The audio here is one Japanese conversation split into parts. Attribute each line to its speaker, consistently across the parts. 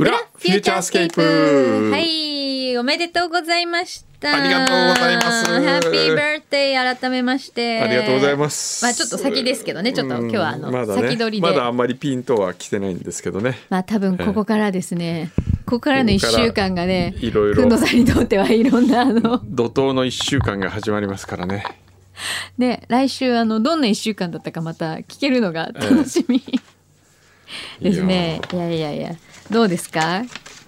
Speaker 1: チャースケープ
Speaker 2: はいおめでとうございました
Speaker 1: ありがとうございます
Speaker 2: ハッピーバーデー改めまして
Speaker 1: ありがとうございます。
Speaker 2: まあちょっと先ですけどねちょっと今日はあの
Speaker 1: うんまだね
Speaker 2: 先取りで
Speaker 1: まだあんまりピンとは来てないんですけどね。
Speaker 2: まあ多分ここからですね、ここからの1週間がね
Speaker 1: いろいろ
Speaker 2: くんどさんにとってはいろんなあの
Speaker 1: 怒涛の一週間が始まりますからね。
Speaker 2: ね来週あのどんな1週間だったかまた聞けるのが楽しみ、ですねいやいやいやどうですか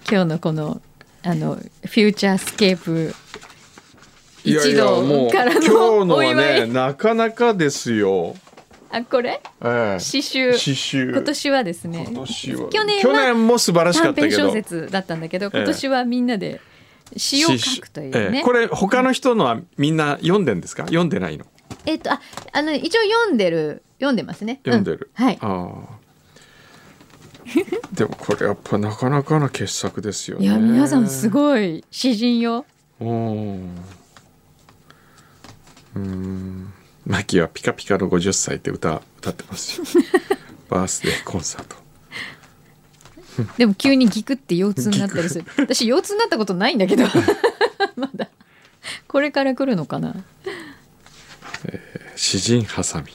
Speaker 2: 今日のこのあのフューチャースケープ
Speaker 1: いや。いやいや
Speaker 2: 一同
Speaker 1: もう
Speaker 2: か
Speaker 1: 今
Speaker 2: らの
Speaker 1: 日の
Speaker 2: お
Speaker 1: は
Speaker 2: 祝い
Speaker 1: ねなかなかですよ。
Speaker 2: あこれ
Speaker 1: ええ
Speaker 2: 詩集
Speaker 1: 詩集
Speaker 2: 今年はですね
Speaker 1: 今年は
Speaker 2: 去年は
Speaker 1: 去年も素晴らしか
Speaker 2: 短
Speaker 1: ったけ
Speaker 2: 編小
Speaker 1: ど。
Speaker 2: 説だったんだけど
Speaker 1: ええ
Speaker 2: 今年はみんなで詩を書くとい
Speaker 1: 詩
Speaker 2: う
Speaker 1: え
Speaker 2: ね、
Speaker 1: えこれ他の人のはみんな読んでんですか？読んでないの？
Speaker 2: えっとああの一応読んでる読んでますね
Speaker 1: 読んでる。
Speaker 2: うんはい
Speaker 1: ああでもこれやっぱなかなかな傑作ですよね。
Speaker 2: いや皆さんす
Speaker 1: い。
Speaker 2: ごい詩人よ
Speaker 1: うん。うん。マキはピカピカの50歳って歌歌って ますよ。バースデーコンサート。
Speaker 2: でも急にギクって腰痛になったりする私腰痛になったことないんだけど まだこれから来るのかな
Speaker 1: 詩人ハサミ。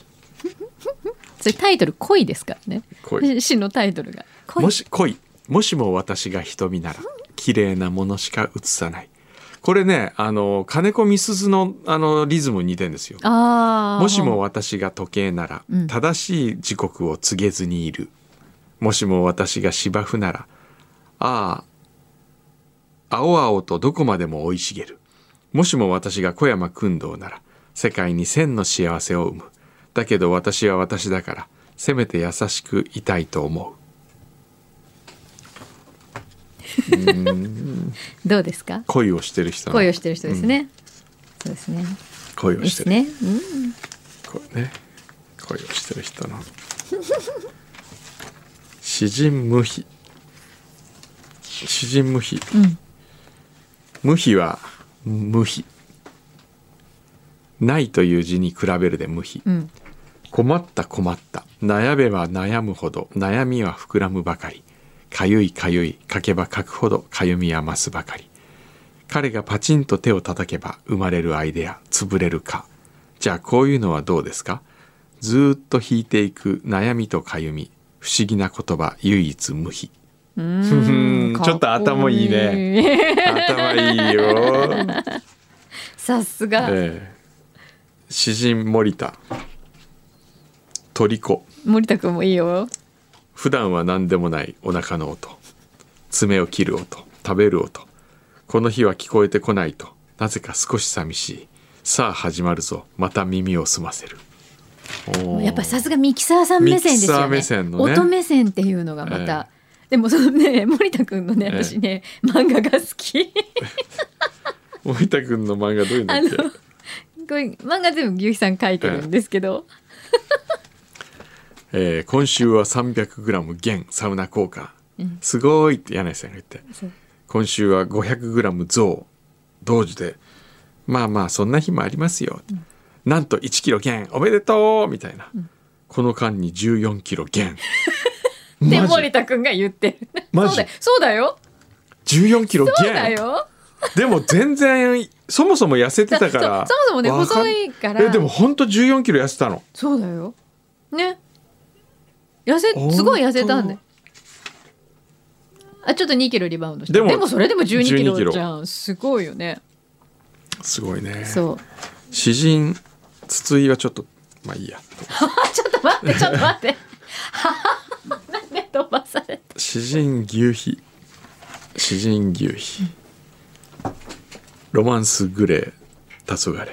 Speaker 2: それタイトル「恋」ですからね
Speaker 1: 恋
Speaker 2: 詩のタイトルが「恋
Speaker 1: も」し恋もしも私が瞳なら綺麗なものしか映さない。これねあの金子みすずのあのリズムに似てんですよ。
Speaker 2: ああ
Speaker 1: もしも私が時計なら
Speaker 2: うん
Speaker 1: 正しい時刻を告げずにいる、もしも私が芝生ならああ青々とどこまでも生い茂るもしも私が小山君堂なら世界に千の幸せを生むだけど私は私だからせめて優しくいたいと思ううーん
Speaker 2: どうですか
Speaker 1: 恋をしてる人の
Speaker 2: 恋をしてる人ですね、そうですね
Speaker 1: 恋を
Speaker 2: で
Speaker 1: して
Speaker 2: す
Speaker 1: る
Speaker 2: ね、
Speaker 1: こうね恋をしてる人の 詩人無比詩人無比
Speaker 2: うんうん、
Speaker 1: 無比は無比ないという字に比べるで無比、
Speaker 2: うん、
Speaker 1: 困った困った悩めば悩むほど悩みは膨らむばかりかゆいかゆい書けば書くほどかゆみは増すばかり彼がパチンと手を叩けば生まれるアイデア潰れるかじゃあこういうのはどうですかずーっと引いていく悩みとかゆみ不思議な言葉唯一無比
Speaker 2: う
Speaker 1: ふん
Speaker 2: か
Speaker 1: ちょっと頭いいね
Speaker 2: っこいい
Speaker 1: 頭いいよ、
Speaker 2: さすが、
Speaker 1: ええ詩人森田トリコ
Speaker 2: 森田君もいいよ
Speaker 1: 普段は何でもないお腹の音爪を切る音食べる音この日は聞こえてこないとなぜか少し寂しいさあ始まるぞまた耳を澄ませるおー
Speaker 2: やっぱさすがミキサーさん目線ですよね
Speaker 1: ミキサー目線のね
Speaker 2: 音目線っていうのがまた、でもそのね森田君のね
Speaker 1: ええ
Speaker 2: 私ね、漫画が好き
Speaker 1: 森田君の漫画どういうんだ
Speaker 2: あ
Speaker 1: っ
Speaker 2: の
Speaker 1: け
Speaker 2: これ漫画全部牛肥さん書いてるんですけど、
Speaker 1: えー今週は 300g 減サウナ効果、
Speaker 2: うん
Speaker 1: すごいって柳井さんが言って
Speaker 2: そう
Speaker 1: 今週は 500g 増同時でまあまあそんな日もありますよ、なんと 1kg 減おめでとうみたいな、この間に 14kg 減
Speaker 2: で
Speaker 1: マ
Speaker 2: 森
Speaker 1: ジ
Speaker 2: 田君が言ってる
Speaker 1: マ
Speaker 2: そう
Speaker 1: ジ
Speaker 2: だよそうだよ
Speaker 1: 14kg
Speaker 2: そうだ
Speaker 1: 減
Speaker 2: よ
Speaker 1: でも全然そもそも痩せてたから
Speaker 2: そうそもそもね
Speaker 1: わかん
Speaker 2: 細いから
Speaker 1: えでもほんと 14kg 痩せたの
Speaker 2: そうだよね痩せすごい痩せたんで
Speaker 1: 本
Speaker 2: あちょっと2キロリバウンドした
Speaker 1: で
Speaker 2: で
Speaker 1: も
Speaker 2: もそれでも1 2キ
Speaker 1: 12キロ
Speaker 2: ロじゃんすごいよね
Speaker 1: すごいね
Speaker 2: そう
Speaker 1: 詩人筒井はちょっとまあいいや
Speaker 2: ちょっと待ってちょっと待ってなんで飛ばされた
Speaker 1: 詩人牛皮詩人牛皮ロマンスグレー黄昏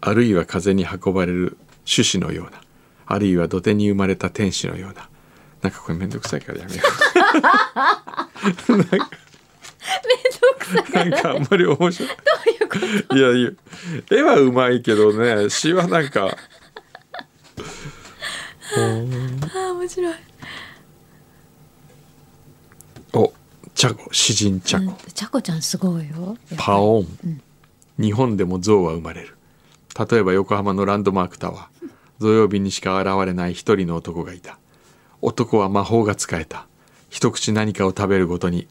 Speaker 1: あるいは風に運ばれる種子のようなあるいは土手に生まれた天使のようななんかこれめんどくさいからやめよ
Speaker 2: めんどくさ
Speaker 1: うなんかあんまり面白い
Speaker 2: いよこれ
Speaker 1: いやいや絵はうまいけどね詩はなんか
Speaker 2: あー面白い
Speaker 1: おチャコ詩人チャコ
Speaker 2: ちゃこちゃんすごいよ
Speaker 1: パオン、日本でも象は生まれる例えば横浜のランドマークタワー土曜日にしか現れない一人の男がいた男は魔法が使えた一口何かを食べるごとに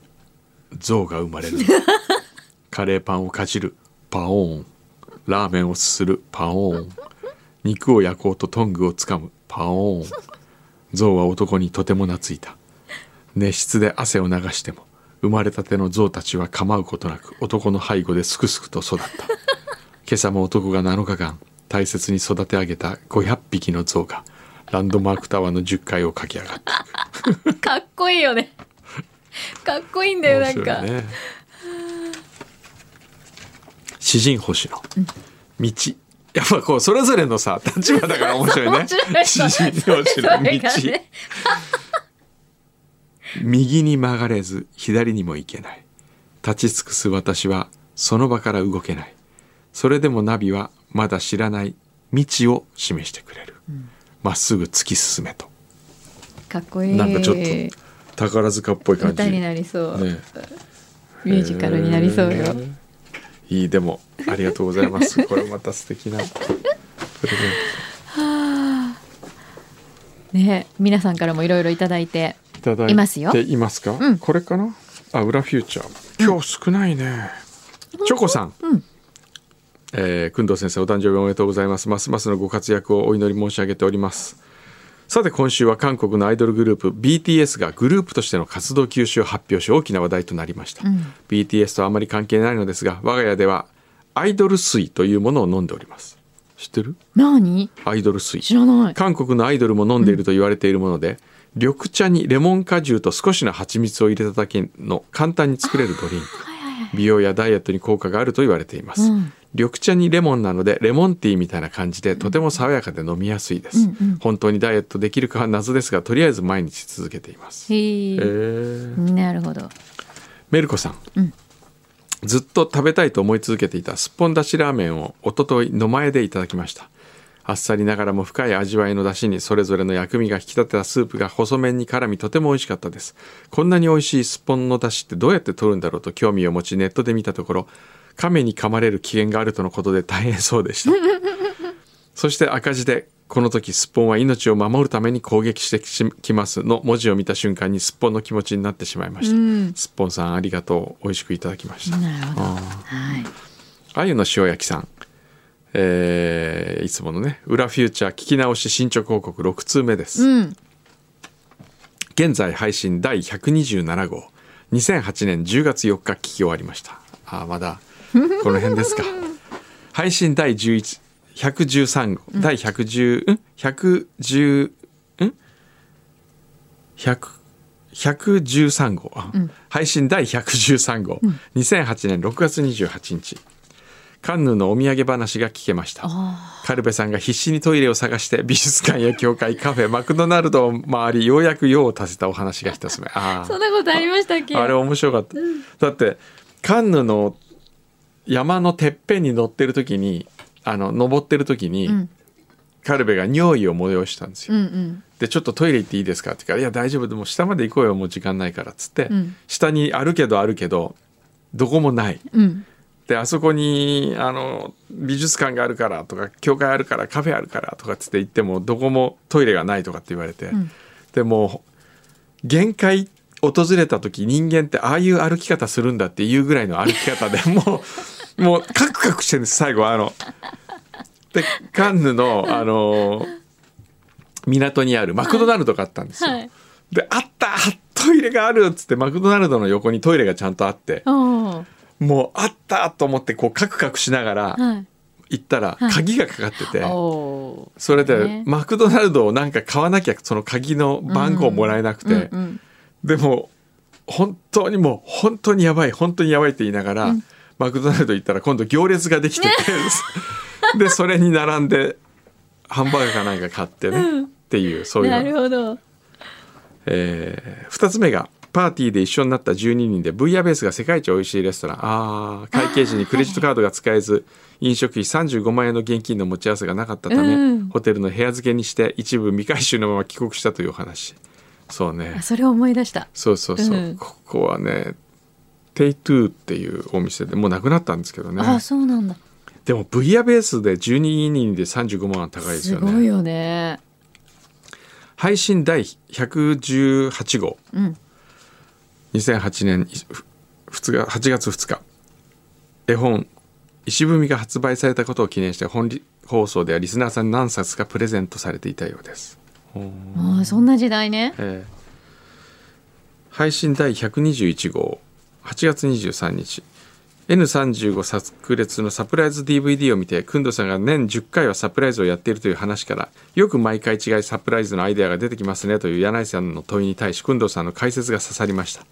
Speaker 1: 象が生まれるカレーパンをかじるパオーンラーメンをすするパオーン肉を焼こうとトングをつかむパオーン象は男にとても懐いた熱室で汗を流しても生まれたての象たちは構うことなく男の背後ですくすくと 育った今朝も男が7日間大切に育て上げた500匹の象がランドマークタワーの10階を駆け上がった
Speaker 2: かっこいいよねかっこいいんだよなんか、
Speaker 1: ね、詩人星の道やっぱこうそれぞれのさ立場だから面白いね
Speaker 2: 面白いわ
Speaker 1: 詩人星の
Speaker 2: それが
Speaker 1: 道
Speaker 2: ね
Speaker 1: 右に曲がれず左にも行けない立ち尽くす私はその場から動けないそれでもナビはまだ知らない道を示してくれるま、っすぐ突き進めと
Speaker 2: かっこいい
Speaker 1: なんかちょっと宝塚っぽい感じ
Speaker 2: 歌になりそう、
Speaker 1: ね
Speaker 2: ミュージカルになりそうよ、
Speaker 1: いいでもありがとうございますこれまた素敵なプレゼン
Speaker 2: ね皆さんからもいろいろいただいて
Speaker 1: トいただいて
Speaker 2: いますよ
Speaker 1: いますか、
Speaker 2: うん
Speaker 1: これかなあ裏フューチャー今日少ないね、チョコさん、
Speaker 2: うん
Speaker 1: えー、くんどう先生お誕生日おめでとうございますますますのご活躍をお祈り申し上げておりますさて今週は韓国のアイドルグループ BTS がグループとしての活動休止を発表し大きな話題となりました、
Speaker 2: ん
Speaker 1: BTS とあまり関係ないのですが我が家ではアイドル水というものを飲んでおります知ってる
Speaker 2: 何
Speaker 1: アイドル水
Speaker 2: 知らない
Speaker 1: 韓国のアイドルも飲んでいると言われているもので、緑茶にレモン果汁と少しの蜂蜜を入れただけの簡単に作れるドリンク美容やダイエットに効果があると言われています、
Speaker 2: うん
Speaker 1: 緑茶にレモンなのでレモンティーみたいな感じでとても爽やかで飲みやすいです、
Speaker 2: うんうん
Speaker 1: 本当にダイエットできるかは謎ですがとりあえず毎日続けています
Speaker 2: へー
Speaker 1: えー
Speaker 2: なるほど
Speaker 1: メルコさん、
Speaker 2: うん
Speaker 1: ずっと食べたいと思い続けていたすっぽんだしラーメンをおとといの前でいただきましたあっさりながらも深い味わいの出汁にそれぞれの薬味が引き立てたスープが細麺に絡みとても美味しかったですこんなに美味しいすっぽんの出汁ってどうやって取るんだろうと興味を持ちネットで見たところ亀に噛まれる危険があるとのことで大変そうでした そして赤字でこの時すっぽんは命を守るために攻撃してきますの文字を見た瞬間にすっぽんの気持ちになってしまいました、
Speaker 2: うん
Speaker 1: すっぽんさんありがとう美味しくいただきました
Speaker 2: なるほど
Speaker 1: あ
Speaker 2: はい
Speaker 1: あゆの塩焼きさんえーいつものね「裏フューチャー聞き直し進捗報告」6通目です、
Speaker 2: うん
Speaker 1: 現在配信第127号2008年10月4日聞き終わりましたあーまだこの辺 ですか配信第11 113号第110ん110ん100 113号、あ配信第113号、2008年6月28日カンヌのお土産話が聞けました
Speaker 2: あ
Speaker 1: カルベさんが必死にトイレを探して美術館や教会カフェマクドナルドを回りようやく用を足せたお話が一つ目あ
Speaker 2: ーそん
Speaker 1: あ
Speaker 2: なことありましたっけ
Speaker 1: あれ面白かった、だってカンヌの山のてっぺんに乗ってる時にあの登ってる時に、
Speaker 2: うん
Speaker 1: カルベが尿意を催したんですよ、
Speaker 2: うんうん
Speaker 1: でちょっとトイレ行っていいですかって言うから「いや大丈夫でもう下まで行こうよもう時間ないから」っつって、
Speaker 2: うん
Speaker 1: 下にあるけどあるけどどこもない
Speaker 2: うん
Speaker 1: であそこにあの美術館があるからとか教会あるからカフェあるからとかっつって行ってもどこもトイレがないとかって言われて、
Speaker 2: ん
Speaker 1: でもう限界訪れた時人間ってああいう歩き方するんだっていうぐらいの歩き方で もうもうカクカクしてるんです最後あの。でカンヌのあの港にあるマクドナルドがあったんですよ。
Speaker 2: はい
Speaker 1: であったトイレがあるっつってマクドナルドの横にトイレがちゃんとあって。
Speaker 2: おー
Speaker 1: もうあったと思ってこうカクカクしながら
Speaker 2: はい
Speaker 1: 行ったら
Speaker 2: はい
Speaker 1: 鍵がかかってて、
Speaker 2: おー
Speaker 1: それで
Speaker 2: ね
Speaker 1: マクドナルドをなんか買わなきゃその鍵の番号もらえなくて、
Speaker 2: うんうん
Speaker 1: でも本当にもう本当にやばい本当にやばいって言いながら、マクドナルド行ったら今度行列ができてて でそれに並んでハンバーガーかなんか買ってね、っていうそういうの
Speaker 2: なるほど
Speaker 1: え2つ目がパーティーで一緒になった12人でブイヤベースが世界一美味しいレストランあー会計時にクレジットカードが使えず飲食費35万円の現金の持ち合わせがなかったため、
Speaker 2: うん
Speaker 1: ホテルの部屋付けにして一部未回収のまま帰国したというお話そうね
Speaker 2: あそれを思い出した
Speaker 1: そうそうそう、
Speaker 2: うん
Speaker 1: ここはねテイトゥーっていうお店でもうなくなったんですけどね
Speaker 2: あそうなんだ
Speaker 1: でもブイヤベースで12人で35万は高いです
Speaker 2: す
Speaker 1: よ
Speaker 2: ごい
Speaker 1: ね
Speaker 2: よね
Speaker 1: 配信第118号
Speaker 2: うん
Speaker 1: 2008年ふ2日8月2日絵本「石踏み」が発売されたことを記念して本り放送ではリスナーさんに何冊かプレゼントされていたようです。
Speaker 2: ああそんな時代ね。
Speaker 1: えー配信第121号8月23日 N35 炸裂のサプライズ DVD を見てくんどさんが年10回はサプライズをやっているという話からよく毎回違いサプライズのアイデアが出てきますねという柳井さんの問いに対しくんどさんの解説が刺さりました、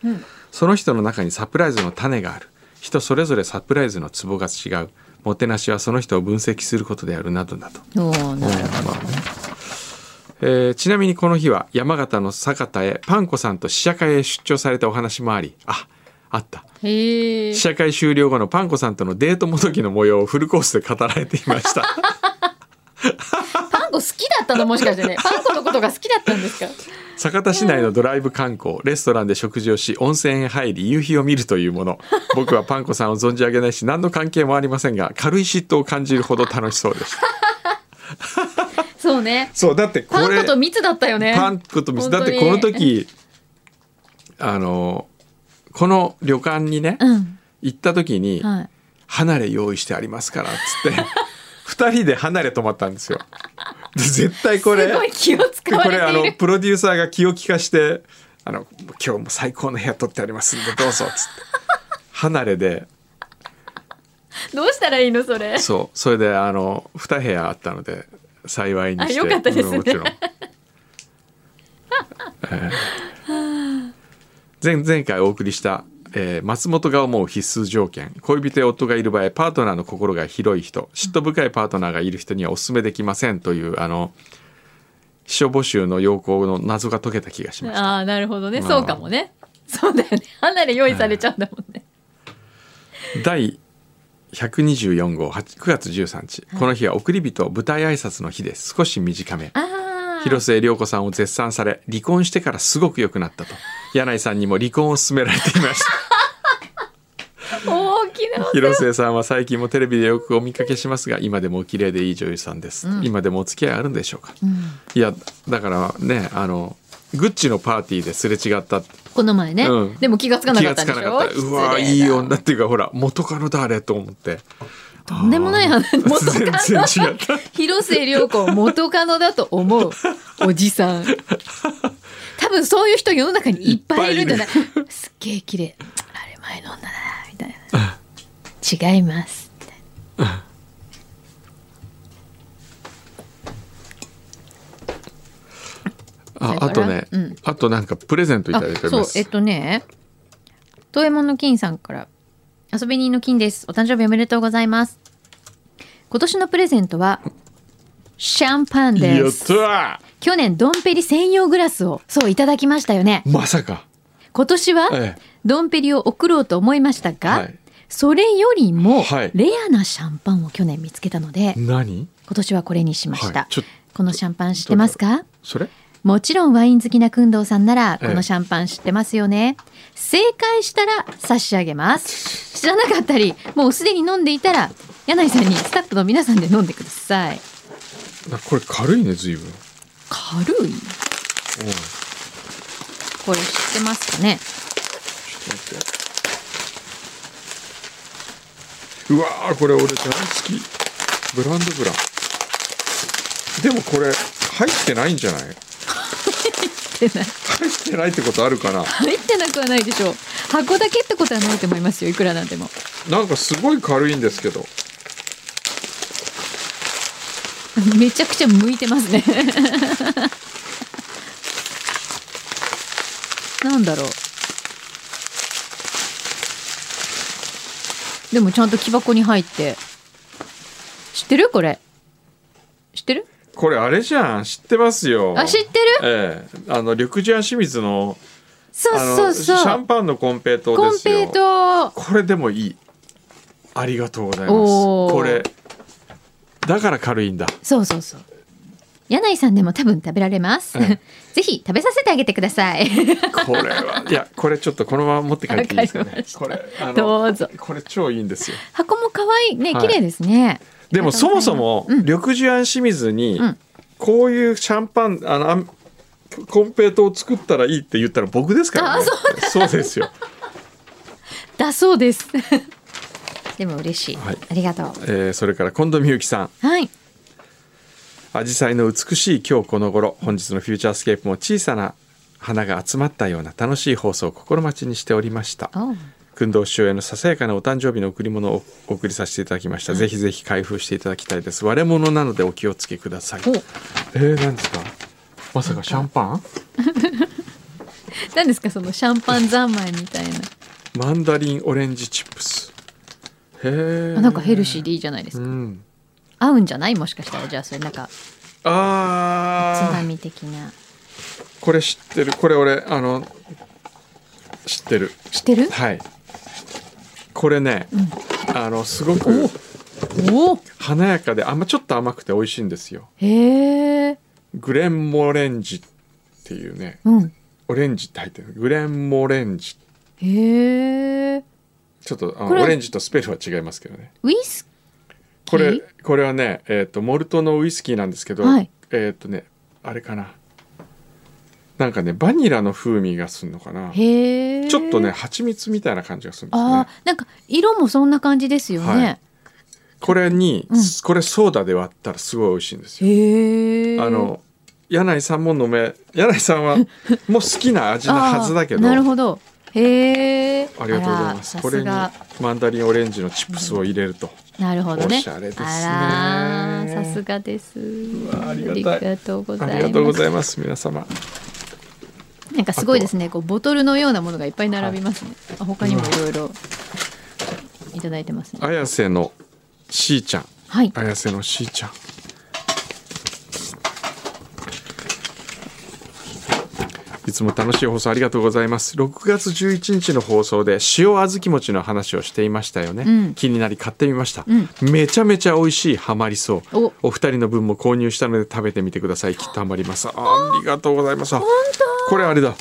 Speaker 1: その人の中にサプライズの種がある人それぞれサプライズのツボが違うもてなしはその人を分析することであるなどなど
Speaker 2: おおなるほど。
Speaker 1: えーちなみにこの日は山形の酒田へパンコさんと試写会へ出張されたお話もありああった
Speaker 2: へえ
Speaker 1: 試。写会終了後のパンコさんとのデートもどきの模様をフルコースで語られていま した
Speaker 2: パンコ好きだったのもしかして ね。パンコのことが好きだったんですか。
Speaker 1: 酒田市内のドライブ観光レストランで食事をし温泉へ入り夕日を見るというもの僕はパンコさんを存じ上げないし何の関係もありませんが軽い嫉妬を感じるほど楽しそうでした
Speaker 2: そうね。
Speaker 1: そうだってこ
Speaker 2: パン
Speaker 1: れ
Speaker 2: コと蜜だったよね。
Speaker 1: パンコとミスだって
Speaker 2: 本
Speaker 1: こ
Speaker 2: 当
Speaker 1: の
Speaker 2: に
Speaker 1: 時あのこの旅館にね、
Speaker 2: うん。
Speaker 1: 行った時に、
Speaker 2: はい。
Speaker 1: 離れ用意してありますからっつって 二人で離れ泊まったんですよ。で絶対これ
Speaker 2: すごい気を使わ
Speaker 1: こ
Speaker 2: れ
Speaker 1: れあ
Speaker 2: てい
Speaker 1: の
Speaker 2: る。
Speaker 1: プロデューサーが気を利かして「あの今日も最高の部屋取ってありますんでどうぞ」っつって離れで
Speaker 2: どうしたらいいのそれ。
Speaker 1: そうそれであの2部屋あったので幸いにして
Speaker 2: あよかったですね
Speaker 1: うんもちろん、えー前前回お送りした、えー松本が思う必須条件恋人や夫がいる場合パートナーの心が広い人嫉妬深いパートナーがいる人にはお勧めできませんというあの秘書募集の要項の謎が解けた気がしました
Speaker 2: ああなるほどね。
Speaker 1: まあ
Speaker 2: そうかもね。そうだよね。離れ用意されちゃうんだもんね。
Speaker 1: 第124号8 9月13日この日は送り人舞台挨拶の日です少し短め
Speaker 2: ああ。
Speaker 1: 広末涼子さんを絶賛され離婚してからすごく良くなったと柳井さんにも離婚を勧められていま した
Speaker 2: 大きな。
Speaker 1: 広末さんは最近もテレビでよくお見かけしますが今でもお綺麗でいい女優さんです、今でもお付き合いあるんでしょうか、いやだからねあのグッチのパーティーですれ違った
Speaker 2: この前ね、
Speaker 1: うん
Speaker 2: でも気がつかな
Speaker 1: 気
Speaker 2: かっ
Speaker 1: が
Speaker 2: た
Speaker 1: つ
Speaker 2: んで
Speaker 1: か
Speaker 2: し
Speaker 1: な
Speaker 2: ょ
Speaker 1: かったうわ
Speaker 2: 失
Speaker 1: い
Speaker 2: 礼
Speaker 1: い
Speaker 2: だ
Speaker 1: 女っていうかほら元カノ誰と思って
Speaker 2: とんでもない話元カ
Speaker 1: 全然違っ
Speaker 2: ノ
Speaker 1: た
Speaker 2: 広末涼子を元カノだと 思うおじさん多分そういう人世の中にいっぱいいるんじゃないすっげえ綺麗あれ前の女だなみたいな違いますみたい
Speaker 1: あ
Speaker 2: だから
Speaker 1: あとね、
Speaker 2: うん
Speaker 1: あとなんかプレゼントいただいてお
Speaker 2: な
Speaker 1: り
Speaker 2: そ
Speaker 1: ま
Speaker 2: う
Speaker 1: す
Speaker 2: えっとね遠右衛門の金さんから遊び人の金ですお誕生日おめでとうございます今年のプレゼントはシャンパン
Speaker 1: や
Speaker 2: で
Speaker 1: っ
Speaker 2: す
Speaker 1: たー
Speaker 2: 去年ドンペリ専用グラスをそういただきましたよね
Speaker 1: まさか
Speaker 2: 今年は
Speaker 1: ええ
Speaker 2: ドンペリを贈ろうと思いましたが、
Speaker 1: はい
Speaker 2: それよりも
Speaker 1: はい
Speaker 2: レアなシャンパンを去年見つけたので、
Speaker 1: 何
Speaker 2: 今年はこれにしました、
Speaker 1: はいちょ
Speaker 2: このシャンパン知ってますか
Speaker 1: それ
Speaker 2: もちろんワイン好きな工藤さんなら
Speaker 1: え
Speaker 2: このシャンパン知ってますよね、正解したら差し上げま す知らなかったりもうすでに飲んでいたら柳井さんにスタッフの皆さんで飲んでください
Speaker 1: なこれ軽いね随分
Speaker 2: 軽い
Speaker 1: うん
Speaker 2: これ知ってますかね
Speaker 1: うわーこれ俺大好きブランドブランでもこれ入ってないんじゃない
Speaker 2: 入ってない
Speaker 1: 入ってないってことあるかな
Speaker 2: 入ってなくはないでしょう箱だけってことはないと思いますよいくらなんでも
Speaker 1: なんかすごい軽いんですけど
Speaker 2: めちゃくちゃ向いてますね なんだろうでもちゃんと木箱に入って知ってるこれ知ってる
Speaker 1: これあれじゃん知ってますよ
Speaker 2: あ知ってる
Speaker 1: ええあの緑茶清水の
Speaker 2: そう
Speaker 1: あの
Speaker 2: そうそ
Speaker 1: シャン
Speaker 2: う
Speaker 1: パンのコンペイトー
Speaker 2: コ
Speaker 1: で
Speaker 2: ン
Speaker 1: す
Speaker 2: ペ
Speaker 1: よ
Speaker 2: イト
Speaker 1: これでもいいありがとうございます
Speaker 2: おー
Speaker 1: これだから軽いんだ
Speaker 2: そうそうそう柳井さんでも多分食べられます、
Speaker 1: え
Speaker 2: ぜひ食べさせてあげてくださ い
Speaker 1: これはいやこれちょっとこのまま持って帰っていいですか
Speaker 2: わかり
Speaker 1: ね
Speaker 2: ました
Speaker 1: これあの
Speaker 2: どうぞ
Speaker 1: これ超いいんですよ
Speaker 2: 箱も可愛いね
Speaker 1: はい
Speaker 2: 綺麗ですね、
Speaker 1: でもそもそも
Speaker 2: うん
Speaker 1: 緑樹庵清水に
Speaker 2: うん
Speaker 1: こういうシャンパンあのあんコンペイトーを作ったらいいって言ったら僕ですからねそうですよ
Speaker 2: 出だそうです でも嬉しい、
Speaker 1: はい
Speaker 2: ありがとう
Speaker 1: えーそれから近藤美由紀さん
Speaker 2: はい
Speaker 1: 紫陽花の美しい今日この頃本日のフューチャースケープも小さな花が集まったような楽しい放送を心待ちにしておりました
Speaker 2: おう
Speaker 1: 薫堂師匠へのささやかなお誕生日の贈り物をお送りさせていただきました、ぜひぜひ開封していただきたいです割れ物なのでお気をつけください
Speaker 2: お
Speaker 1: えー、何ですかまさかシャンパン
Speaker 2: 何ですかそのシャンパン三昧みたいな、
Speaker 1: マンダリンオレンジチップスへえ
Speaker 2: あなんかヘルシーでいいじゃないです
Speaker 1: う
Speaker 2: か、
Speaker 1: ん
Speaker 2: 合うんじゃないもしかしたらじゃあそれなんかつま
Speaker 1: あー
Speaker 2: み的な
Speaker 1: これ知ってるこれ俺あの知ってる
Speaker 2: 知ってる
Speaker 1: はいこれね、あのすごく
Speaker 2: おお
Speaker 1: 華やかであんまちょっと甘くて美味しいんですよ
Speaker 2: へえ
Speaker 1: グレンモレンジっていうね
Speaker 2: うん
Speaker 1: オレンジって入ってるグレンモレンジ
Speaker 2: へえ
Speaker 1: ちょっとあの
Speaker 2: これ
Speaker 1: オレンジとスペルは違いますけどね
Speaker 2: ウィス
Speaker 1: こ
Speaker 2: へ
Speaker 1: れ
Speaker 2: い
Speaker 1: これはねえっ、とモルトのウイスキーなんですけど、
Speaker 2: はい
Speaker 1: えっ、とねあれかななんかねバニラの風味がするのかなち
Speaker 2: へえ
Speaker 1: ょっとね蜂蜜みたいな感じがするんですね
Speaker 2: あーなんか色もそんな感じですよね、
Speaker 1: これに、
Speaker 2: うん
Speaker 1: これソーダで割ったらすごい美味しいんですよ
Speaker 2: へえ
Speaker 1: あの柳井さんも飲め柳井さんはもう好きな味なはずだけど
Speaker 2: あーなるほどへえ
Speaker 1: ありがとうございますこれにマンダリンオレンジのチップスを入れると、
Speaker 2: なるほどね
Speaker 1: おしゃれですね
Speaker 2: あらさすがです
Speaker 1: わありがたい
Speaker 2: ありがとうございます
Speaker 1: ありがとうございます皆様
Speaker 2: なんかすごいですねこうボトルのようなものがいっぱい並びますね、あ他にもいろいろいただいてますね、
Speaker 1: 綾瀬のしーちゃん
Speaker 2: はい
Speaker 1: 綾瀬のしーちゃんいつも楽しい放送ありがとうございます6月11日の放送で塩あずき餅の話をしていましたよね、
Speaker 2: うん
Speaker 1: 気になり買ってみました、
Speaker 2: ん
Speaker 1: めちゃめちゃ美味しいハマりそう
Speaker 2: お
Speaker 1: お二人の分も購入したので食べてみてくださいきっとハマりますあありがとうございます本当これあれだ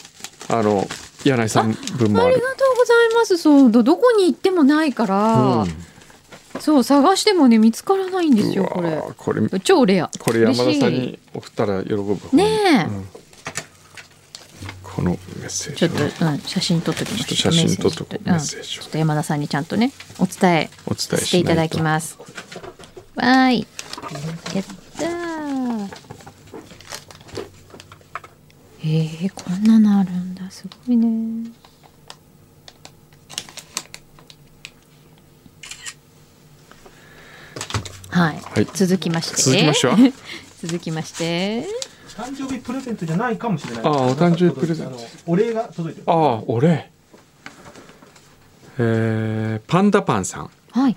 Speaker 1: あの柳井さん分もあ
Speaker 2: あり
Speaker 1: る
Speaker 2: がとうございますそうどどこに行ってもないから、そう探してもね見つからないんですよ
Speaker 1: うわー
Speaker 2: これ
Speaker 1: これ
Speaker 2: 超レア
Speaker 1: これ山田さん
Speaker 2: 嬉し
Speaker 1: に送ったら喜ぶわ
Speaker 2: いねえ、
Speaker 1: うんこのメッセー
Speaker 2: ち
Speaker 1: ジ
Speaker 2: ょ
Speaker 1: を
Speaker 2: っと、うん、写真撮っときましょう
Speaker 1: ちょっと写真撮っとこう
Speaker 2: メッ
Speaker 1: メッセージを
Speaker 2: セージうんちょっと山田さんにちゃんとねお伝え
Speaker 1: お伝えしないと
Speaker 2: していただきますわーいやったーえー、こんなのあるんだすごいねはい、
Speaker 1: はい
Speaker 2: 続きまして
Speaker 1: 続きましては
Speaker 2: 続きまして
Speaker 3: 誕生日プレゼントじゃないかもしれない。
Speaker 1: ああお誕生日プレゼント
Speaker 3: あのお礼が届いてる。
Speaker 1: ああ俺えーパンダパンさん
Speaker 2: はい、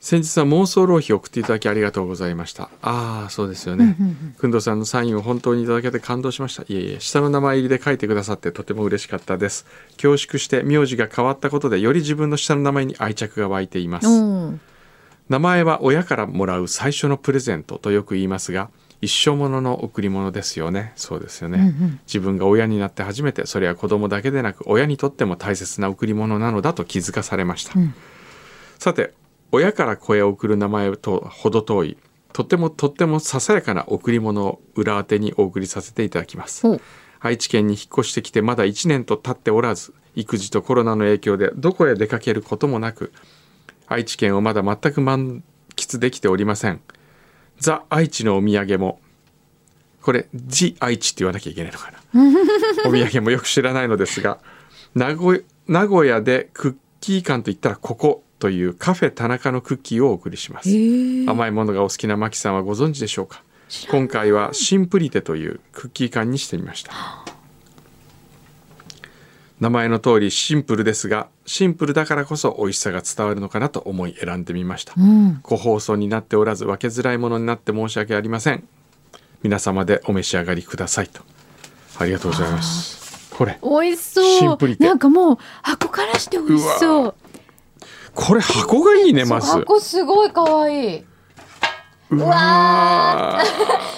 Speaker 1: 先日は妄想浪費を送っていただきありがとうございましたああそうですよね
Speaker 2: うんうんうん
Speaker 1: くんどさんのサインを本当にいただけて感動しましたいえいえ下の名前入りで書いてくださってとても嬉しかったです恐縮して名字が変わったことでより自分の下の名前に愛着が湧いています
Speaker 2: おー
Speaker 1: 名前は親からもらう最初のプレゼントとよく言いますが一生ものの贈り物ですよねそうですよね、
Speaker 2: うんうん
Speaker 1: 自分が親になって初めてそれは子供だけでなく親にとっても大切な贈り物なのだと気づかされました、
Speaker 2: ん
Speaker 1: さて親から子へ贈る名前とほど遠いとてもとってもささやかな贈り物を裏当てにお送りさせていただきます
Speaker 2: お
Speaker 1: 愛知県に引っ越してきてまだ1年と経っておらず育児とコロナの影響でどこへ出かけることもなく愛知県をまだ全く満喫できておりませんザ・愛知のお土産もこれ「ジ・愛知」って言わなきゃいけないのかなお土産もよく知らないのですが名古名古屋でクッキー館といったらここというカフェ田中のクッキーをお送りします
Speaker 2: えー
Speaker 1: 甘いものがお好きなマキさんはご存知でしょうか今回はシンプリテというクッキー缶にしてみました名前の通りシンプルですがシンプルだからこそ美味しさが伝わるのかなと思い選んでみました
Speaker 2: うん、
Speaker 1: 個包装になっておらず分けづらいものになって申し訳ありません皆様でお召し上がりくださいとありがとうございますこれ
Speaker 2: 美味し
Speaker 1: シ
Speaker 2: そ
Speaker 1: ンプ
Speaker 2: う
Speaker 1: リ。テ
Speaker 2: なんかもう箱からして美味しそう。
Speaker 1: これ箱がいいねまず
Speaker 2: そう箱すごい可愛い。
Speaker 1: うわ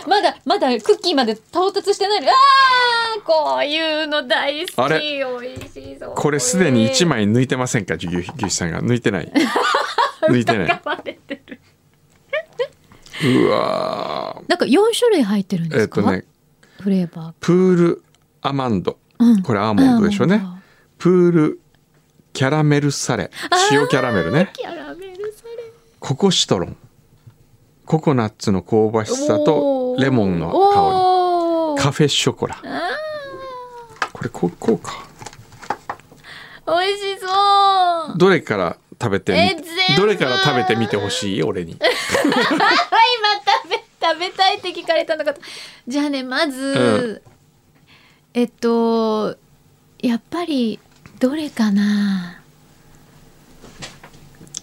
Speaker 2: まだまだクッキーまで到達してないの。ああ、こういうの大好
Speaker 1: あれ
Speaker 2: き。美味しそう。
Speaker 1: これすでに1。枚抜いてませんか牛牛牛さんが抜いて ない抜いてない
Speaker 2: われてる。
Speaker 1: うわー
Speaker 2: なんか四種類入ってるんで
Speaker 1: えっ、
Speaker 2: すか。
Speaker 1: とね
Speaker 2: フレーバ
Speaker 1: プールアマンド
Speaker 2: ー。うん
Speaker 1: これアーモンドでしょうね。プールキャラメルサレ塩キャラメルね
Speaker 2: キャラメルサレ
Speaker 1: ココシトロンココナッツの香ばしさとレモンの香
Speaker 2: お
Speaker 1: り
Speaker 2: ー
Speaker 1: カフェショコラ
Speaker 2: あ
Speaker 1: これこうこうか
Speaker 2: ー美味しそう
Speaker 1: どれから食べてみ
Speaker 2: え全部
Speaker 1: どれから食べてみてほしい俺に
Speaker 2: 今食べ食べたいって聞かれたのかとじゃあねまず、えっとやっぱりどれかな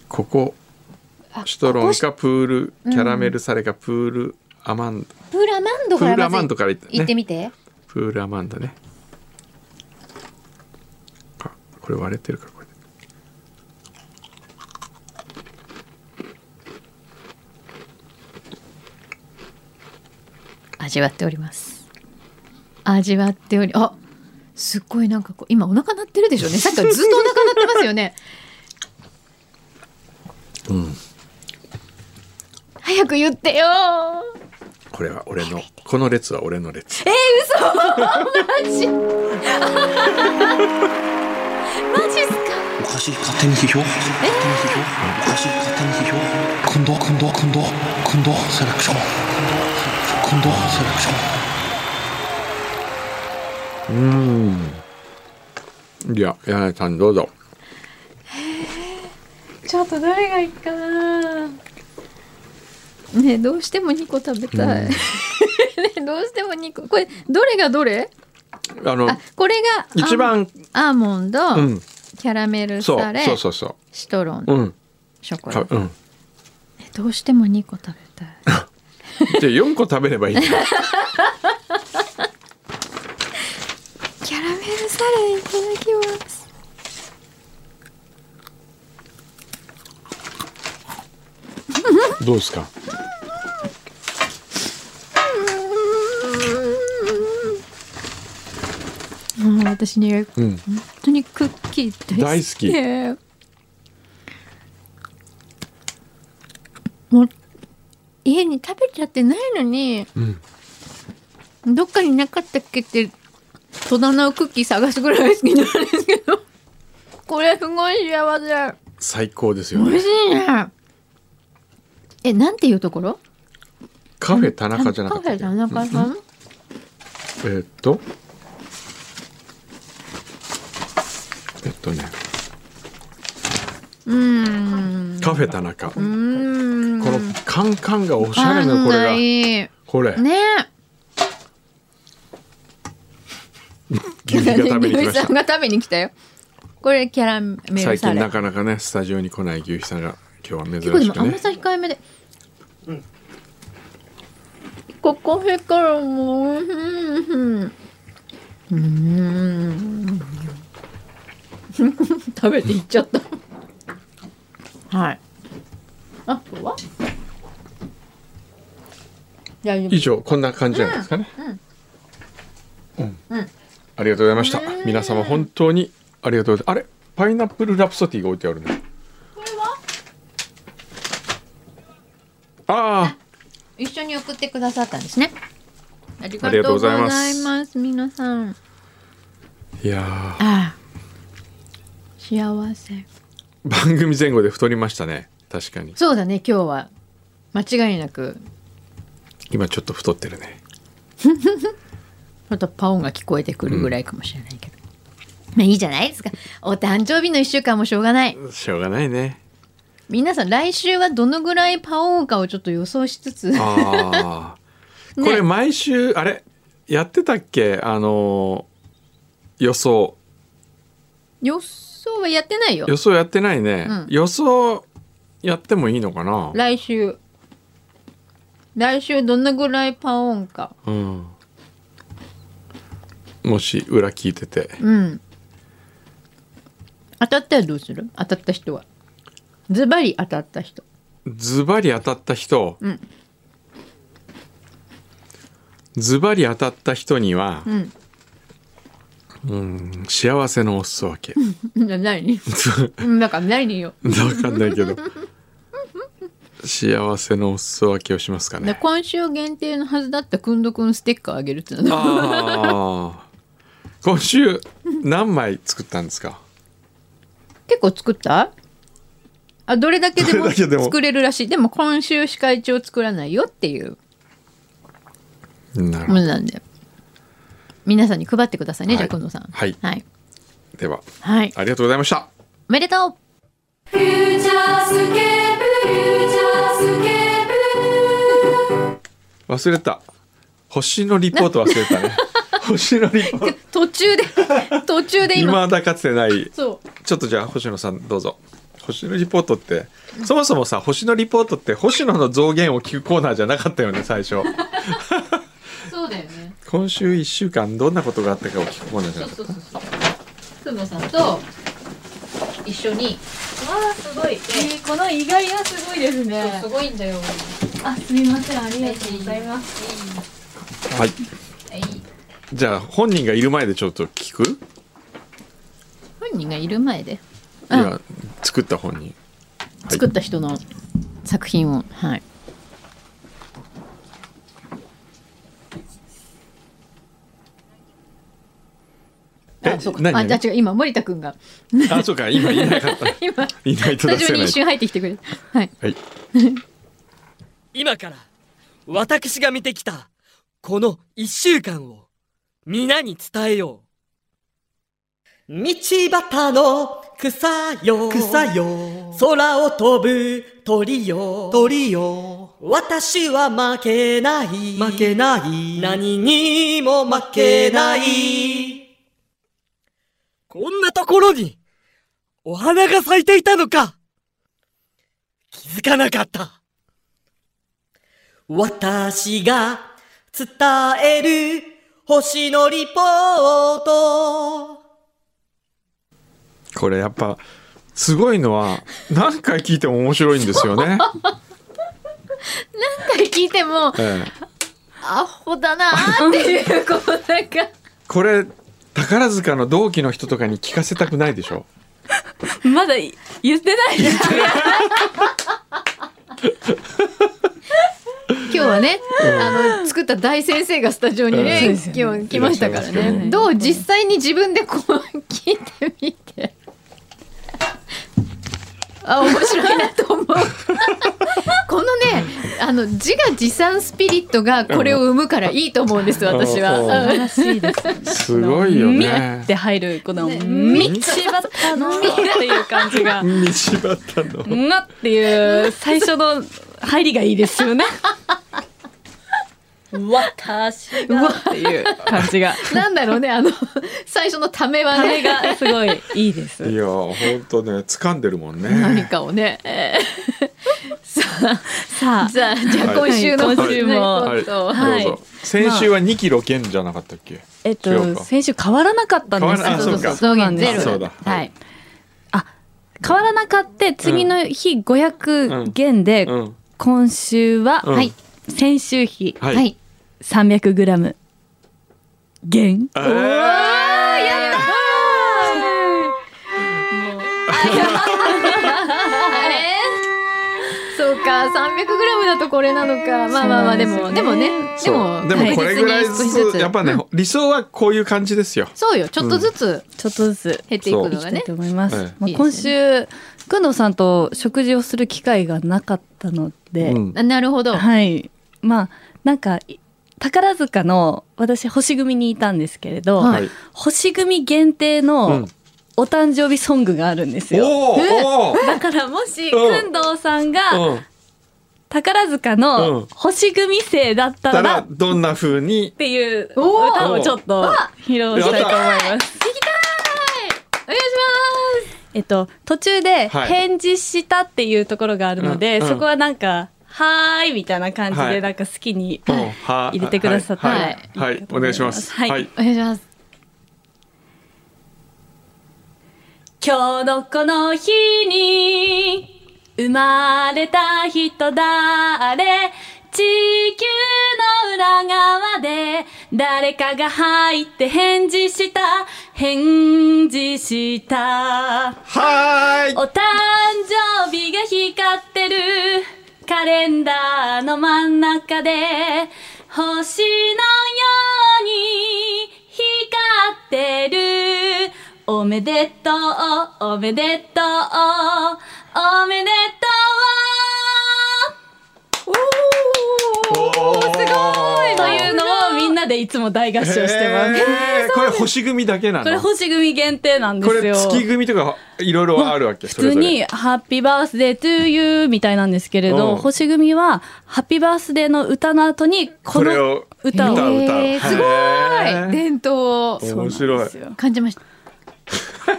Speaker 1: ここ
Speaker 2: あ
Speaker 1: シトロ
Speaker 2: こ
Speaker 1: ン
Speaker 2: こ
Speaker 1: かプールキャラメルサレかプールアマン
Speaker 2: プーラマンドから
Speaker 1: プーラマンド
Speaker 2: まず
Speaker 1: からいったね
Speaker 2: 行ってみて
Speaker 1: プールアマンダねあこれ割れてるからこれ
Speaker 2: 味わっております味わっておりあすっごいなんかこう今お腹鳴ってるで しょうねさっきからずっとお腹鳴ってますよね
Speaker 1: うん
Speaker 2: 早く言ってよ
Speaker 1: これは俺のこの列は俺の列
Speaker 2: マジっすか
Speaker 4: おかしい勝手に批評おかしい勝手に批評今度今度今度今度セレクション今度セレクション
Speaker 1: いや柳井さんどうぞ
Speaker 2: ちょっとどれがいいかなねえどうしても2個食べたい、 ねえどうしても2個これどれがどれ
Speaker 1: あの
Speaker 2: あこれがアー
Speaker 1: 一番
Speaker 2: アーモンド、
Speaker 1: うん
Speaker 2: キャラメル
Speaker 1: そう
Speaker 2: サレ
Speaker 1: そうそうそ
Speaker 2: シトロン、
Speaker 1: ううん
Speaker 2: ショコ
Speaker 1: か
Speaker 2: ラ
Speaker 1: うん
Speaker 2: えどうしても2個食べた い
Speaker 1: じゃあ4個食べればいいじゃん
Speaker 2: キャラメルサレいただき ます。
Speaker 1: どうですか
Speaker 2: もう私ね、本
Speaker 1: うん
Speaker 2: 当にクッキー大好き。もう家に食べちゃってないのに、
Speaker 1: うん
Speaker 2: どっかになかったっけって戸棚のクッキー探すぐらい好きなんですけど、これすごい幸せ。
Speaker 1: 最高ですよ
Speaker 2: 美味
Speaker 1: ね
Speaker 2: しいね。え、なんていうところ？
Speaker 1: カフェ田中じゃなかったっけ
Speaker 2: カフェ田中さん。
Speaker 1: えーっとえっとね
Speaker 2: うーん。
Speaker 1: カフェ田中こ
Speaker 2: うーん。
Speaker 1: のカンカンがおしゃれなのこ
Speaker 2: パンが
Speaker 1: れが
Speaker 2: いい
Speaker 1: これ
Speaker 2: ね
Speaker 1: 牛皮が食べに来 ま
Speaker 2: さ
Speaker 1: し
Speaker 2: ん
Speaker 1: た
Speaker 2: が食べに来たよ。これキャラメル
Speaker 1: 最
Speaker 2: サ
Speaker 1: 近
Speaker 2: レ。
Speaker 1: なかなかねスタジオに来ない牛皮さんが今日は珍
Speaker 2: 結構で
Speaker 1: し
Speaker 2: も
Speaker 1: く
Speaker 2: 甘
Speaker 1: ね
Speaker 2: さ控えめで。ここへからもう、うん、うんうん。食べていっちゃった。はい。あとは大丈夫
Speaker 1: 以上こんな感じじゃないですかねうんありがとうございました皆様本当にありがとうございますあれパイナップルラプソディが置いてあるね
Speaker 2: これは
Speaker 1: あ
Speaker 2: 一緒に送ってくださったんですね。ありが
Speaker 1: ありがと
Speaker 2: と
Speaker 1: う
Speaker 2: う
Speaker 1: ござ
Speaker 2: ござ
Speaker 1: い
Speaker 2: い
Speaker 1: ま
Speaker 2: ますす。皆さん。
Speaker 1: あいや
Speaker 2: ああ。幸せ。
Speaker 1: ー番組前後で太りましたね確かに
Speaker 2: そうだね、今日は。間違いなく、
Speaker 1: 今ちょっと太ってるね
Speaker 2: またパオンが聞こえてくるぐらいかもしれないけど。まあいいじゃないですか。お誕生日の一週間もしょうがない。
Speaker 1: しょうがないね
Speaker 2: 皆さん、来週はどのぐらいパオンかをちょっと予想しつつ。
Speaker 1: ああ
Speaker 2: ね
Speaker 1: これ毎週あれやってたっけあのー予想
Speaker 2: 予想はやってないよ。
Speaker 1: 予想やってないね、
Speaker 2: うん
Speaker 1: 予想やってもいいのかな
Speaker 2: 来週。来週どのぐらいパオンか。
Speaker 1: うんもし裏聞いてて
Speaker 2: うん。当たったらどうする当たった人は。ズバリ当たった人。
Speaker 1: ズバリ当たった人、
Speaker 2: うん
Speaker 1: ズバリ当たった人には、
Speaker 2: ん
Speaker 1: うん幸せのお裾分け
Speaker 2: な何うんなんか何よ。
Speaker 1: わかんないけど幸せのお裾分けをしますか
Speaker 2: だ
Speaker 1: ね
Speaker 2: 今週限定のはずだったくんどくんステッカーあげるってのは
Speaker 1: ああ今週何枚作ったんですか
Speaker 2: 結構作ったあどれだけで
Speaker 1: どれ
Speaker 2: も
Speaker 1: だけでも
Speaker 2: 作れるらしいでも今週しか一応作らないよっていう
Speaker 1: なるほ
Speaker 2: も
Speaker 1: ど
Speaker 2: のなんで皆さんに配ってください
Speaker 1: は
Speaker 2: ね、
Speaker 1: い
Speaker 2: じゃあ近藤さん
Speaker 1: はい
Speaker 2: はい、
Speaker 1: では
Speaker 2: はい、
Speaker 1: ありがとうございました
Speaker 2: おめでとう
Speaker 5: フューチャースケープフューチャースケー
Speaker 1: 忘れた星のリポート忘れたね星のリポート
Speaker 2: 途中で途中で今
Speaker 1: 今だかつてない
Speaker 2: そう
Speaker 1: ちょっとじゃあ星野さんどうぞ星のリポートってそもそもさ星のリポートって星野の増減を聞くコーナーじゃなかったよね最初
Speaker 2: そうだよね
Speaker 1: 今週1週間どんなことがあったかを聞くコーナーじゃなかった
Speaker 2: うそうそう久野さんと一緒にわあすごい、
Speaker 5: プこの意外がすごいですね
Speaker 2: すごいんだよ
Speaker 5: あ、すみません、ありがとうございます
Speaker 1: はい
Speaker 2: はい
Speaker 1: じゃあ本人がいる前でちょっと聞く、
Speaker 2: 本人がいる前で
Speaker 1: い
Speaker 2: うん
Speaker 1: や作った本人はい
Speaker 2: 作った人の作品をはい
Speaker 1: え
Speaker 2: あそうか
Speaker 1: 何
Speaker 2: あ
Speaker 1: 何
Speaker 2: じゃあ違う今森 田君が
Speaker 1: あそうか今いなかった
Speaker 2: 今
Speaker 1: いない
Speaker 2: ス
Speaker 1: と出
Speaker 2: タジオ
Speaker 1: せ
Speaker 2: に
Speaker 1: ない
Speaker 2: 一瞬入ってきてくれたはい
Speaker 1: はい
Speaker 6: 今から私が見てきたこの一週間を皆に伝えよう道端の草よ
Speaker 7: 草よ
Speaker 6: 空を飛ぶ鳥よ
Speaker 7: 鳥よ
Speaker 6: 私は負けない
Speaker 7: 負けない
Speaker 6: 何にも負けないこんなところにお花が咲いていたのか気づかなかった
Speaker 7: 私が伝える星のリポート
Speaker 1: これやっぱすごいのは何回聞いても面白いんですよ ね、
Speaker 2: 聞いても
Speaker 1: ええ、
Speaker 2: アホだなー っていうこうなんか
Speaker 1: これ宝塚の同期の人とかに聞かせたくないでしょ
Speaker 5: まだ言ってないです
Speaker 2: 今日はね、あの作った大先生がスタジオにね、
Speaker 1: うん
Speaker 2: 今日来ましたから
Speaker 1: いらっしゃいますけ
Speaker 2: ね。どう実際に自分でこう聞いてみ て。あ面白いなと 思うこのねあの自画自賛スピリットがこれを生むからいいと思うんです私は、
Speaker 1: うん
Speaker 2: うん
Speaker 5: らしいです
Speaker 1: すごいよね
Speaker 5: で入るこの「
Speaker 2: ね
Speaker 5: み」道端の「み」っていう感じが
Speaker 1: 道端の
Speaker 5: 「な」っていう最初の入りがいいですよね
Speaker 7: 私
Speaker 5: 「うわ」っていう感じが
Speaker 2: なんだろうねあの最初のためは
Speaker 5: あ
Speaker 2: ね
Speaker 5: れがすごいいいで
Speaker 1: い
Speaker 5: す
Speaker 1: や本当ね掴んでるも んね
Speaker 2: 何かをね、え
Speaker 5: さ
Speaker 2: ー
Speaker 5: あ
Speaker 2: じゃあじゃあ今週の、
Speaker 5: はい今週も
Speaker 1: はい、どうぞ、
Speaker 5: はい
Speaker 1: 先週は2キロ減じゃなかったっけ
Speaker 5: えっ
Speaker 1: 違う
Speaker 5: と
Speaker 1: か
Speaker 5: 先週変わらなかったんで
Speaker 1: 変
Speaker 5: す
Speaker 1: わらあ
Speaker 5: よ
Speaker 1: そうか
Speaker 5: そうなんで
Speaker 2: ゼロ
Speaker 5: す
Speaker 1: あそうだ
Speaker 2: は
Speaker 1: はいい、
Speaker 5: 変わらなかって次の日500元で
Speaker 1: うん
Speaker 5: 今週は
Speaker 1: うん
Speaker 2: はい
Speaker 5: 先週比
Speaker 1: はい、
Speaker 2: はい
Speaker 5: 300グラム減
Speaker 1: えー
Speaker 2: やったあれそうか 300g だとこれなのかまあまあまあでもでもねで
Speaker 1: そ
Speaker 2: も
Speaker 1: うでもこれぐらい
Speaker 2: 確実に少し
Speaker 1: ずつやっぱね、理想はこういう感じですよ
Speaker 2: そうよちょっとずつ
Speaker 5: ちょっとずつ
Speaker 2: 減っていく
Speaker 5: い
Speaker 2: の
Speaker 5: き
Speaker 2: が
Speaker 5: たい
Speaker 2: ね
Speaker 5: と思います、
Speaker 1: ええ
Speaker 5: まあ
Speaker 2: いいで
Speaker 5: 今
Speaker 2: す
Speaker 5: 週くんどうさんと食事をする機会がなかったので、
Speaker 1: うん
Speaker 2: あなるほどは
Speaker 5: はいまあなんかい宝塚の私星組にいたんですけれど、
Speaker 2: はい
Speaker 5: 星組限定
Speaker 1: うん
Speaker 5: のお誕生日ソングがあるんですよ、
Speaker 1: おーおー
Speaker 5: だからもし
Speaker 1: うん
Speaker 5: くんどうさんが
Speaker 1: うん
Speaker 5: 宝塚
Speaker 1: うん
Speaker 5: の星組生だった
Speaker 1: た
Speaker 5: ら
Speaker 1: ら
Speaker 5: っ
Speaker 1: どんな風に
Speaker 5: ていう
Speaker 2: おー
Speaker 5: 歌をちょっと披露したいと思います
Speaker 2: お願いし
Speaker 5: えっと、途中で
Speaker 1: はい
Speaker 5: 返事したっていうところがあるので、
Speaker 1: うんうん
Speaker 5: そこはなんか「はーい」みたいな感じ
Speaker 1: はい
Speaker 5: でなんか好きに
Speaker 1: うんは
Speaker 5: 入れてくださった
Speaker 1: はい
Speaker 5: ら
Speaker 1: はい
Speaker 5: いかと
Speaker 1: はい
Speaker 5: 思
Speaker 1: お願いします
Speaker 5: はい、
Speaker 1: はい
Speaker 2: ますお願いします
Speaker 5: 今日のこの日に生まれた人だれ地球の裏側で誰かが入って返事した返事した
Speaker 1: はーい
Speaker 5: お誕生日が光ってるカレンダーの真ん中で星のように光ってるおめでとう、おめでとう、おめでとう
Speaker 1: おーすごい
Speaker 5: というのをみんなでいつも大合唱してます。
Speaker 1: これ星組だけなの
Speaker 5: これ星組限定なんで
Speaker 1: こ
Speaker 5: す
Speaker 1: れ
Speaker 5: よ。
Speaker 1: 月組とかいろいろあるわけ
Speaker 5: 普
Speaker 1: それ
Speaker 5: 通
Speaker 1: ぞれ
Speaker 5: に「ハッピーバースデートゥーユー」みたいなんですけれど、
Speaker 1: うん
Speaker 5: 星組は「ハッピーバースデー」の歌の後にこ
Speaker 1: これ
Speaker 5: の
Speaker 1: を
Speaker 5: 歌を
Speaker 1: 歌を歌う
Speaker 2: へーすご
Speaker 1: へー
Speaker 2: い伝統を
Speaker 5: そうなん
Speaker 1: 面白い
Speaker 5: ですよ
Speaker 2: 感じました。そ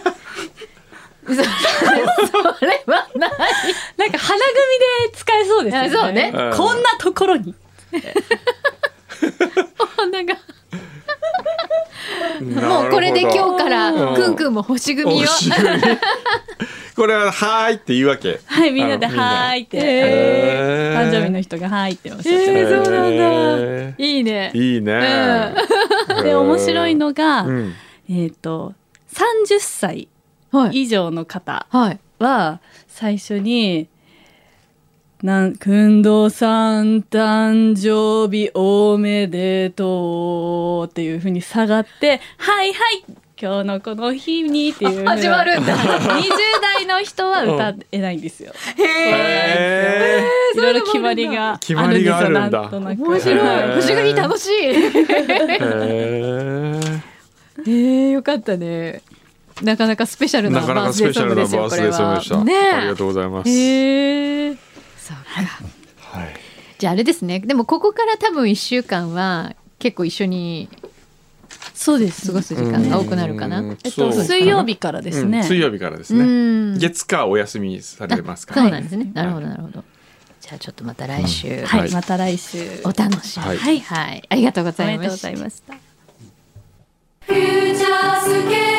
Speaker 2: れはない。
Speaker 5: なんか花組で使えそうですよね
Speaker 2: あそうね
Speaker 1: うん
Speaker 5: こんなところに
Speaker 2: 花が。
Speaker 1: なるほ
Speaker 2: もう
Speaker 1: ど
Speaker 2: これで今日から
Speaker 1: うん
Speaker 2: くんくんも星組を。
Speaker 1: 星組これは「はーい」って言うわけ
Speaker 5: はいみんなで
Speaker 1: あ
Speaker 5: 「
Speaker 1: のみんな
Speaker 5: はーい」って、
Speaker 1: へー
Speaker 5: 誕生日の人が「はーい」っておっしゃって
Speaker 2: えー、そうなん
Speaker 1: へ
Speaker 2: だ。いいね。
Speaker 1: いいね
Speaker 5: ますで面白いのが、
Speaker 1: うん
Speaker 5: えっ、と30歳
Speaker 2: はい。
Speaker 5: 以上の方
Speaker 2: はい。
Speaker 5: は最初に「なんくんどうさん誕生日おめでとう」っていうふうに下がって「はいはい今日のこの日に」っていうふうに
Speaker 2: 始まるんだ
Speaker 5: 20代の人は歌えないんですよ。
Speaker 1: へ
Speaker 5: いろいろ決まりが
Speaker 1: 決まりがあるんだ
Speaker 5: あるんですよなんとなく
Speaker 2: 面白
Speaker 1: へー
Speaker 2: い。星組楽 しい。
Speaker 1: ーへー
Speaker 2: えー、よかったね。なかなかスペシャルな
Speaker 1: なかな
Speaker 2: バー
Speaker 1: か
Speaker 2: ス
Speaker 1: ス
Speaker 2: デー
Speaker 1: ペシ
Speaker 2: ソ
Speaker 1: ャ
Speaker 2: ング
Speaker 1: ル
Speaker 2: で
Speaker 1: な
Speaker 2: すよ、
Speaker 1: バー
Speaker 2: こ
Speaker 1: ス
Speaker 2: れ
Speaker 1: デーソングでした
Speaker 2: は。ねえ
Speaker 1: ありがとうございます
Speaker 2: へえそうか。
Speaker 1: はい
Speaker 2: じゃああれですね。でもここから多分1週間は結構一緒に
Speaker 5: そうです
Speaker 2: 過ごす時間が多くなるかな。
Speaker 1: うん
Speaker 5: えっと
Speaker 1: そう
Speaker 5: 水曜日からですね、
Speaker 1: うん水曜日からです
Speaker 2: う
Speaker 1: ね
Speaker 2: ん。
Speaker 1: 月火お休みされてますからね
Speaker 2: そうなんですね。なるほどなるほど。じゃあちょっとまた来週
Speaker 5: はい、
Speaker 1: はい
Speaker 5: また来週
Speaker 2: お楽しみ
Speaker 1: はい
Speaker 2: に。はい、ありがとうご
Speaker 5: お
Speaker 2: ざ
Speaker 5: め
Speaker 2: いま
Speaker 5: でとうご
Speaker 2: し
Speaker 5: ざ
Speaker 2: た
Speaker 5: い。ました
Speaker 8: フューチャースケー